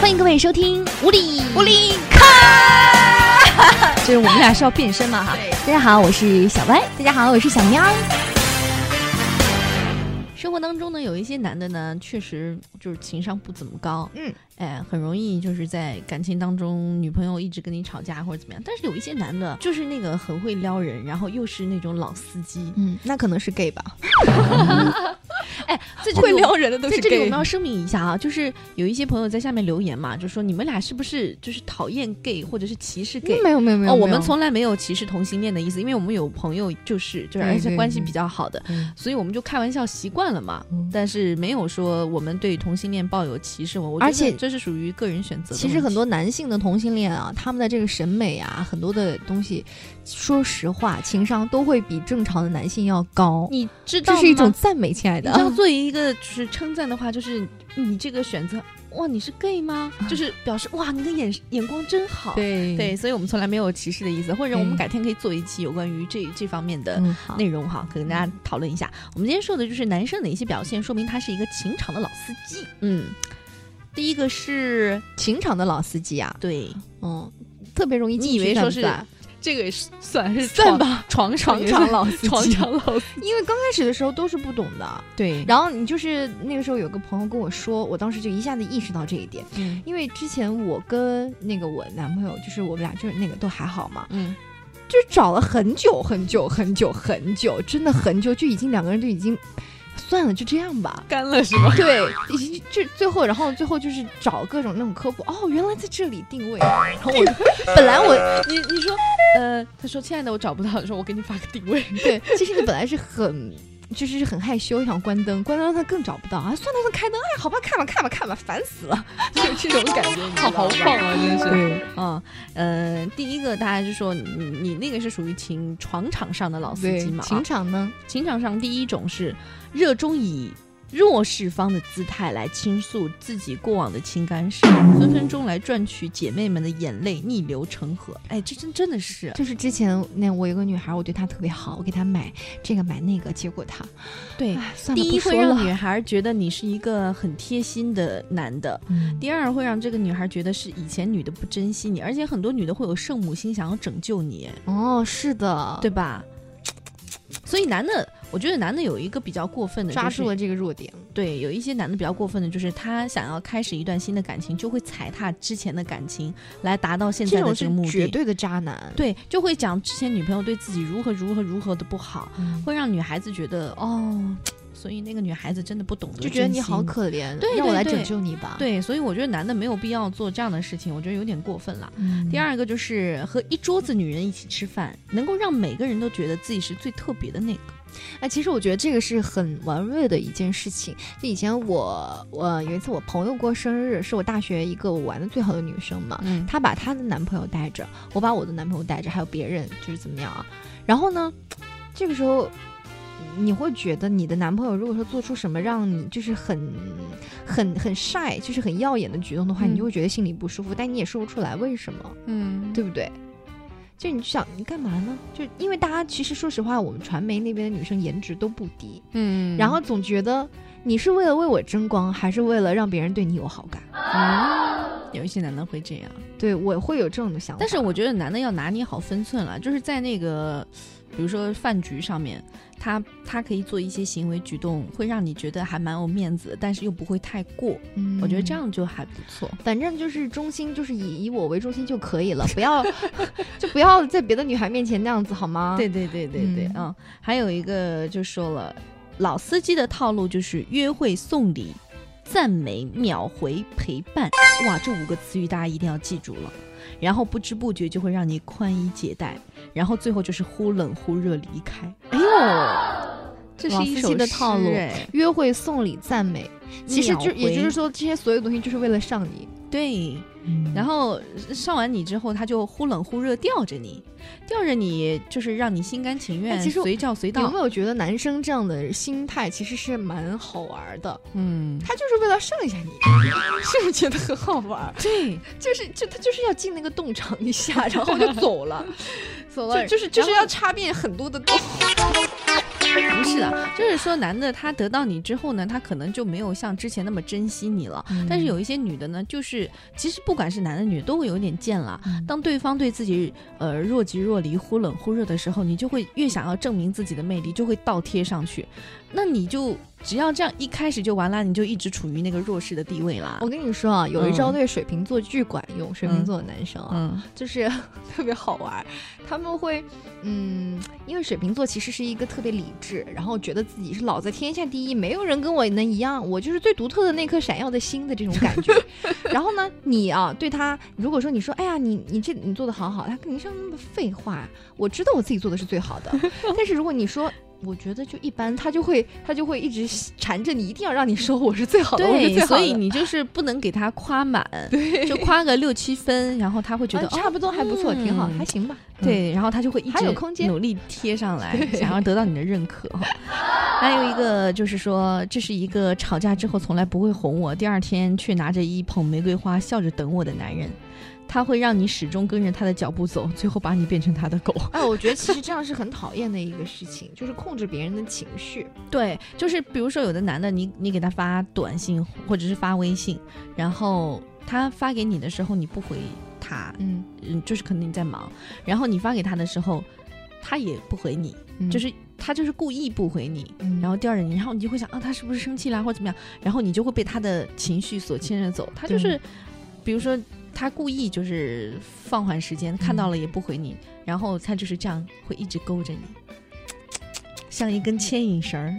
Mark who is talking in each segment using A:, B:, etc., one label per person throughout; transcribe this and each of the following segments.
A: 欢迎各位收听《无理
B: 无理
A: 卡》，就是我们俩是要变身嘛哈
B: 对。
A: 大家好，我是小歪。大家好，我是小喵。
B: 生活当中呢，有一些男的呢，确实就是情商不怎么高，
A: 嗯，
B: 哎，很容易就是在感情当中，女朋友一直跟你吵架或者怎么样。但是有一些男的，就是那个很会撩人，然后又是那种老司机，
A: 嗯，那可能是 gay 吧，
B: 这就是
A: 会
B: 我
A: 撩人的都
B: 在
A: 是
B: 这里我
A: gay
B: 们。要声明一下啊，就是有一些朋友在下面留言嘛，就说你们俩是不是就是讨厌 gay 或者是歧视 gay？、
A: 没有没有没
B: 哦，我们从来没有歧视同性恋的意思，因为我们有朋友就是就是，
A: 对
B: 而且
A: 对
B: 关系
A: 对
B: 比较好的，
A: 嗯
B: 所以我们就开玩笑习惯了嘛。
A: 嗯
B: 但是没有说我们对同性恋抱有歧视，我我觉得
C: 而且
B: 这是属于个人选择的问题。
C: 其实很多男性的同性恋啊，他们的这个审美啊，很多的东西，说实话，情商都会比正常的男性要高。
B: 你知道
C: 这
B: 吗
C: 是一种嗯赞美，亲爱
B: 你知道
C: 的。
B: 作为一个就是称赞的话，就是你这个选择，哇，你是 gay 吗？就是表示哇，你的眼眼光真好。
C: 啊对
B: 对，，所以我们从来没有歧视的意思，或者我们
C: 嗯
B: 改天可以做一期有关于这这方面的
C: 嗯，好，
B: 内容哈，可以跟大家讨论一下。我们今天说的就是男生的一些表现，说明他是一个情场的老司机。嗯，第一个是
C: 情场的老司机啊，
B: 对，
C: 嗯，特别容易进
B: 你
C: 去。
B: 以为
C: 算不
B: 说是
C: 算
B: 这个是算是
C: 算
B: 吧，床
C: 床场老司机？
B: 床场老司
C: 因为刚开始的时候都是不懂的。
B: 对，
C: 然后你就是那个时候有个朋友跟我说，我当时就一下子意识到这一点，
B: 嗯
C: 因为之前我跟那个我男朋友，就是我们俩就是那个都还好嘛，
B: 嗯，。
C: 就是找了很久很久很久很久，真的很久，就已经两个人就已经算了，就这样吧
B: 干了是吗？
C: 对，已经就最后，然后最后就是找各种那种科普，哦，原来在这里定位。然后我本来我
B: 你你说，呃，他说亲爱的，我找不到，说我给你发个定位，
C: 对，其实你本来是很就是很害羞，想关灯，关灯他更找不到啊，算了，那开灯，哎，好吧，看吧看吧看吧，烦死了，
B: 就这 种感觉，你知道
C: 好
B: 吗
C: 棒
B: 啊，真是
C: 对
B: 嗯，呃，第一个大家就说你你那个是属于情床场上的老司机
C: 对，
B: 嘛？啊
C: 情场呢，
B: 情场上第一种是热衷以弱势方的姿态来倾诉自己过往的情感史，分分钟来赚取姐妹们的眼泪，逆流成河。哎，这真真的是
C: 就是之前那我有个女孩，我对她特别好，我给她买这个买那个，结果她，
B: 对。
C: 哎，算了，
B: 第一
C: 不
B: 会
C: 说
B: 让
C: 了
B: 女孩觉得你是一个很贴心的男的，
C: 嗯
B: 第二会让这个女孩觉得是以前女的不珍惜你，而且很多女的会有圣母心，想要拯救你。
C: 哦，是的，
B: 对吧？所以男的，我觉得男的有一个比较过分的、
C: 抓住
B: 了。
C: 了这个弱点。
B: 对，有一些男的比较过分的，就是他想要开始一段新的感情，就会踩踏之前的感情，来达到现在的
C: 种
B: 这
C: 是
B: 个目的。
C: 绝对的渣男。
B: 对就会讲之前女朋友对自己如何如何如何的不好，
C: 嗯
B: 会让女孩子觉得哦，所以那个女孩子真的不懂得
C: 就觉得
B: 珍
C: 你好
B: 惜
C: 可怜，
B: 对
C: 让
B: 对
C: 我来
B: 对
C: 拯救你吧。，
B: 对，所以我觉得男的没有必要做这样的事情，我觉得有点过分了。第，二个就是和一桌子女人一起吃饭，能够让每个人都觉得自己是最特别的那个。
C: 哎，其实我觉得这个是很玩味的一件事情。就以前我，我有一次我朋友过生日，是我大学一个我玩的最好的女生嘛，
B: 嗯，
C: 她把她的男朋友带着，我把我的男朋友带着，还有别人，就是怎么样啊？然后呢，这个时候。你会觉得你的男朋友如果说做出什么让你就是很、很、很晒，就是很耀眼的举动的话，
B: 嗯
C: 你就会觉得心里不舒服，但你也说不出来为什么，
B: 嗯，
C: 对不对？就你就想你干嘛呢？就因为大家其实说实话，我们传媒那边的女生颜值都不低，
B: 嗯
C: 然后总觉得你是为了为我争光，还是为了让别人对你有好感？
B: 啊，有一些男的会这样，
C: 对我会有这种想法，
B: 但是我觉得男的要拿捏好分寸了，就是在那个，比如说饭局上面，他他可以做一些行为举动，会让你觉得还蛮有面子，但是又不会太过，
C: 嗯
B: 我觉得这。样就还不错。
C: 反正就是中心，就是以以我为中心就可 以了，不要 就不要在别的女孩面前那样子好吗？，
B: 对对对对对，
C: 嗯
B: 嗯，还有一个就说了，老司机的套路就是约会送礼。赞美、秒回、陪伴，哇，这五个词语大家一定要记住了，然后不知不觉就会让你宽衣解带，然后最后就是忽冷忽热离开。
C: 哎呦，
B: 这
C: 老
B: 是一
C: 司
B: 首
C: 机的套路
B: 诗哎
C: 约会送礼赞美，其实就
B: 秒回
C: 也就是说，这嗯些所有东西就是为了上你。
B: 对。然后上完你之后，他就忽冷忽热吊着你，吊着你就是让你心甘情愿，
C: 哎其实我
B: 随叫随
C: 你有
B: 到
C: 没。有觉得男生这样的心态其实是蛮好玩的？
B: 嗯，
C: 他就是为了上一下你， 是不是觉得很好玩？
B: 对，
C: 就是就他就是要进那个洞场一 下，然后就走了，
B: 走
C: 就就是就是要插遍很多的洞。嗯
B: 不是啊，就是说男的他得到你之后呢，他可能就没有像之前那么珍惜你了。
C: 嗯
B: 但是有一些女的呢，就是其实不管是男的女的都会有点贱啦。
C: 嗯
B: 当对方对自己呃若即若离、忽冷忽热的时候，你就会越想要证明自己的魅力，就会倒贴上去。那你就只要这样一开始就完啦，你就一直处于那个弱势的地位啦。
C: 我跟你说啊，有一招
B: 嗯
C: 对水瓶座巨管用，水瓶座的男生啊，
B: 嗯
C: 就是 特别好玩儿。他们会，嗯，因为水瓶座其实是一个特别理智，然后觉得自己是老子天下第一，没有人跟我能一样，我就是最独特的那颗闪耀的星的这种感 觉。然后呢，你啊，对他，如果说你说，哎呀，你你这你做的好好，他跟你像那么废话，我知道我自己做的是最好 的。但是如果你说。我觉得就一般，他就会他就会一直缠着你，一定要让你说我是最好的，我是
B: 对
C: 最，好
B: 所
C: 的。
B: 以你就是不能给他 夸满，就夸个六七分，然后他会觉
C: 觉
B: 得
C: 得、
B: 哦，
C: 差不多还不错，挺好，
B: 嗯
C: 还行吧。
B: 对，然后他就会一
C: 还有
B: 直
C: 空间
B: 努力贴上来，想要得到你的认可。 还有一个就是说，这是一个吵架之后从来不会哄我，第二天却拿着一捧玫瑰花笑着等我的男人，他会让你始终跟着他的脚步走，最后把你变成他的狗。
C: 哎，我觉得其实这样是很讨厌的一个事情，就是控制别人的情绪。
B: 对，就是比如说有的男的你，你给他发短信或者是发微信，然后他发给你的时候你不回他，
C: 嗯，
B: 嗯，就是可能你在忙，然后你发给他的时候，他也不回你，就
C: 就是，
B: 是他就是故意不回你，
C: 嗯
B: 然后第二你，然后你就会想啊，他是不是生气啦，或者怎么样？然后你就会被他的情绪所牵着走。他
C: 对
B: 就是，比如说他故意就是放缓时间，看到了也不回你，然后他就是这样会一直勾着你，像一根牵引绳儿。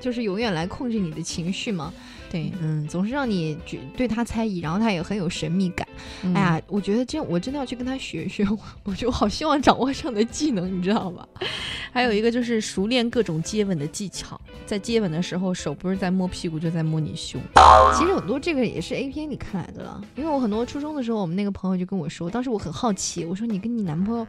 C: 就是永远来控制你的情绪嘛。
B: 对，
C: 嗯，总是让你觉对他猜疑，然后他也很有神秘感。哎呀，我觉得这我真的要去跟他学一学，我我就好希望掌握这样的技能，你知道吧？
B: 嗯，还有一个就是熟练各种接吻的技巧，在接吻的时候手不是在摸屁股，就在摸你胸。
C: 其实很多这个也是 A 片里看来的了，因为我很多初中的时候，我们那个朋友就跟我说，当时我很好奇，我说你跟你男朋友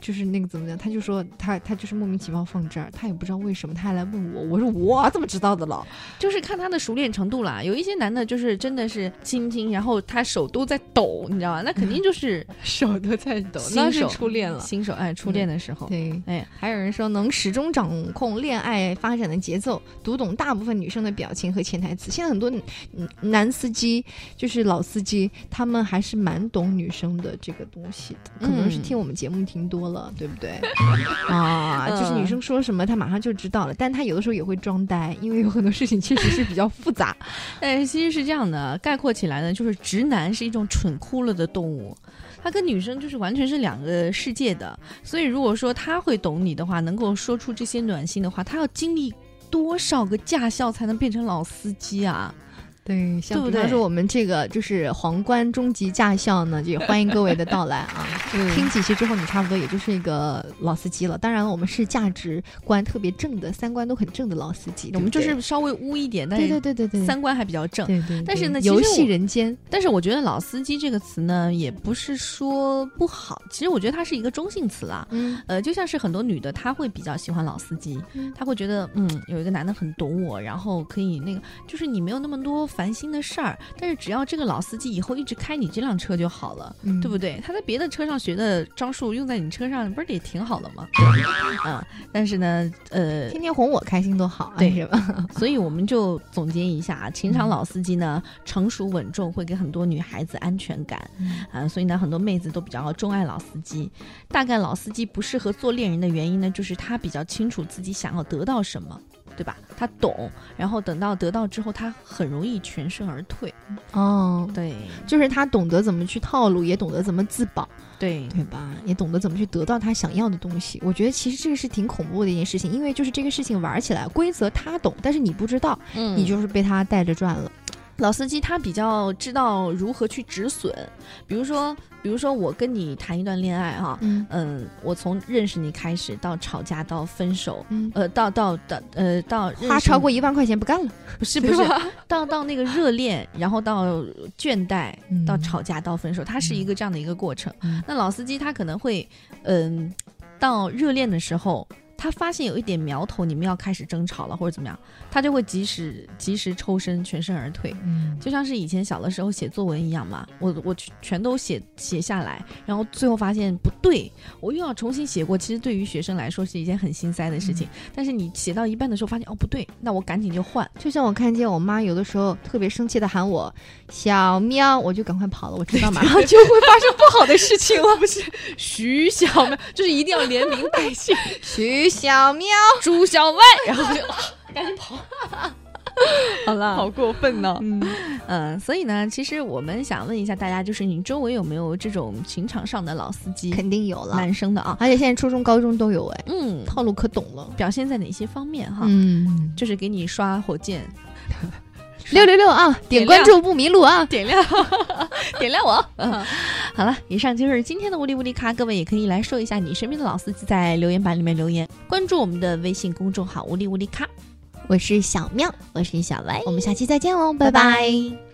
C: 就是那个怎么样？他就说他他就是莫名其妙放这儿，他也不知道为什么，他还来问我，我说我怎么知道的了？
B: 就是看他的熟练程度啦。有一些男的，就是真的是亲亲，然后他手都在抖，你知道吧？那肯定就是
C: 手都在 抖
B: 新
C: 那是
B: 手
C: 初恋了。嗯
B: 新手哎，初恋的时候，
C: 对，
B: 哎，
C: 还有人说能始终掌控恋爱发展的节奏，读懂大部分女生的表情和潜台词。现在很多嗯男司机，就是老司机，他们还是蛮懂女生的这个东西的，可能是
B: 嗯
C: 听我们节目听多了，对不对？ 啊，就是女
B: 嗯
C: 生说什么，他马上就知道了，但他有的时候也会装呆，因为有很多事情确实是比较复杂。
B: 哎，其实是这样的，概括起来呢，就是直男是一种蠢哭了的动物，他跟女生就是完全是两个世界的。所以如果说他会懂你的话，能够说出这些暖心的话，他要经历多少个驾校才能变成老司机啊？
C: 对，像
B: 对不
C: 比方
B: 对
C: 说我们这个就是皇冠终极驾校呢，也欢迎各位的到来啊。
B: 嗯
C: 听几期之后，你差不多也就是一个老司机了。当然，我们是价值观特别正的，三观都很正的老司机。
B: 我们就
C: 对
B: 是
C: 不
B: 稍微污一点，但
C: 对对
B: 是
C: 对对对对，
B: 三观还比较正。
C: 对对对
B: 但是呢其实
C: 游戏
B: 我
C: 人间，
B: 但是我觉得“老司机”这个词呢，也不是说不好，其实我觉得它是一个中性词啦。
C: 嗯，
B: 呃，就像是很多女的，她会比较喜欢老司机，
C: 嗯
B: 她会觉得，嗯，有一个男的很懂我，然后可以那个，就是你没有那么多烦心的事儿，但是只要这个老司机以后一直开你这辆车就好了，对不
C: 对？
B: 对？他在别的车上学的招数用在你车上，不是也挺好的吗？ 嗯，但是呢，呃，
C: 天天哄我开心多好啊，
B: 对
C: 是吧？
B: 所以我们就总结一下，啊情场老司机呢，成熟稳重，会给很多女孩子安全感
C: 嗯
B: 啊、所以呢，很多妹子都比较钟爱老司机。大概老司机不适合做恋人的原因呢，就是他比较清楚自己想要得到什么。对吧？他懂，然后等到得到之后，他很容易全身而退。
C: 哦，
B: 对
C: 就是他懂得怎么去套路，也懂得怎么自保，
B: 对
C: 对吧？也懂得怎么去得到他想要的东西。我觉得其实这个是挺恐怖的一件事情，因为就是这个事情玩起来，规则他懂，但是你不知道，
B: 嗯
C: 你就是被他带着转了。
B: 老司机他比较知道如何去止损，比如说，比如说我跟你谈一段恋爱哈、
C: 嗯
B: 嗯，我从认识你开始到吵架到分手，
C: 嗯，
B: 呃，到到到呃到认识
C: 花超过一万块钱不干了，
B: 不是
C: 对
B: 不是
C: 吧，
B: 到到那个热恋，然后到倦怠，
C: 嗯
B: 到吵架，到分手，它是一个这样的一个过程
C: 嗯。
B: 那老司机他可能会，嗯，到热恋的时候。他发现有一点苗头，你们要开始争吵了或者怎么样，他就会及时及时抽身，全身而退。
C: 嗯，
B: 就像是以前小的时候写作文一样嘛，我我全全都写写下来，然后最后发现不对，我又要重新写过。其实对于学生来说是一件很心塞的事情，
C: 嗯
B: 但是你写到一半的时候发现哦不对，那我赶紧就换。
C: 就像我看见我妈有的时候特别生气的喊我小喵，我就赶快跑了，我知道马上就会发生不好的事情了。
B: 不是徐小喵，就是一定要连名带姓，
C: 徐小喵，
B: 朱小妹，然后就、啊、赶紧跑。
C: 好了，
B: 好过分呢、
C: 嗯，
B: 嗯，所以呢，其实我们想问一下大家，就是你周围有没有这种情场上的老司机？
C: 肯定有了，
B: 男生的啊，
C: 而且现在初中、高中都有哎，
B: 嗯，
C: 套路可懂了。
B: 表现在哪些方面哈？
C: 嗯，
B: 就是给你刷火箭，
C: 六六六啊，点
B: 点
C: 关注不迷路啊。
B: 点亮， 点亮我。嗯好了，以上就是今天的无力无力咖，各位也可以来说一下你身边的老司机，在留言板里面留言，关注我们的微信公众号“无力无力咖
C: 我是小喵，”，
B: 我是小歪，
C: 我们下期再见喽，拜
B: 拜
C: 拜
B: 拜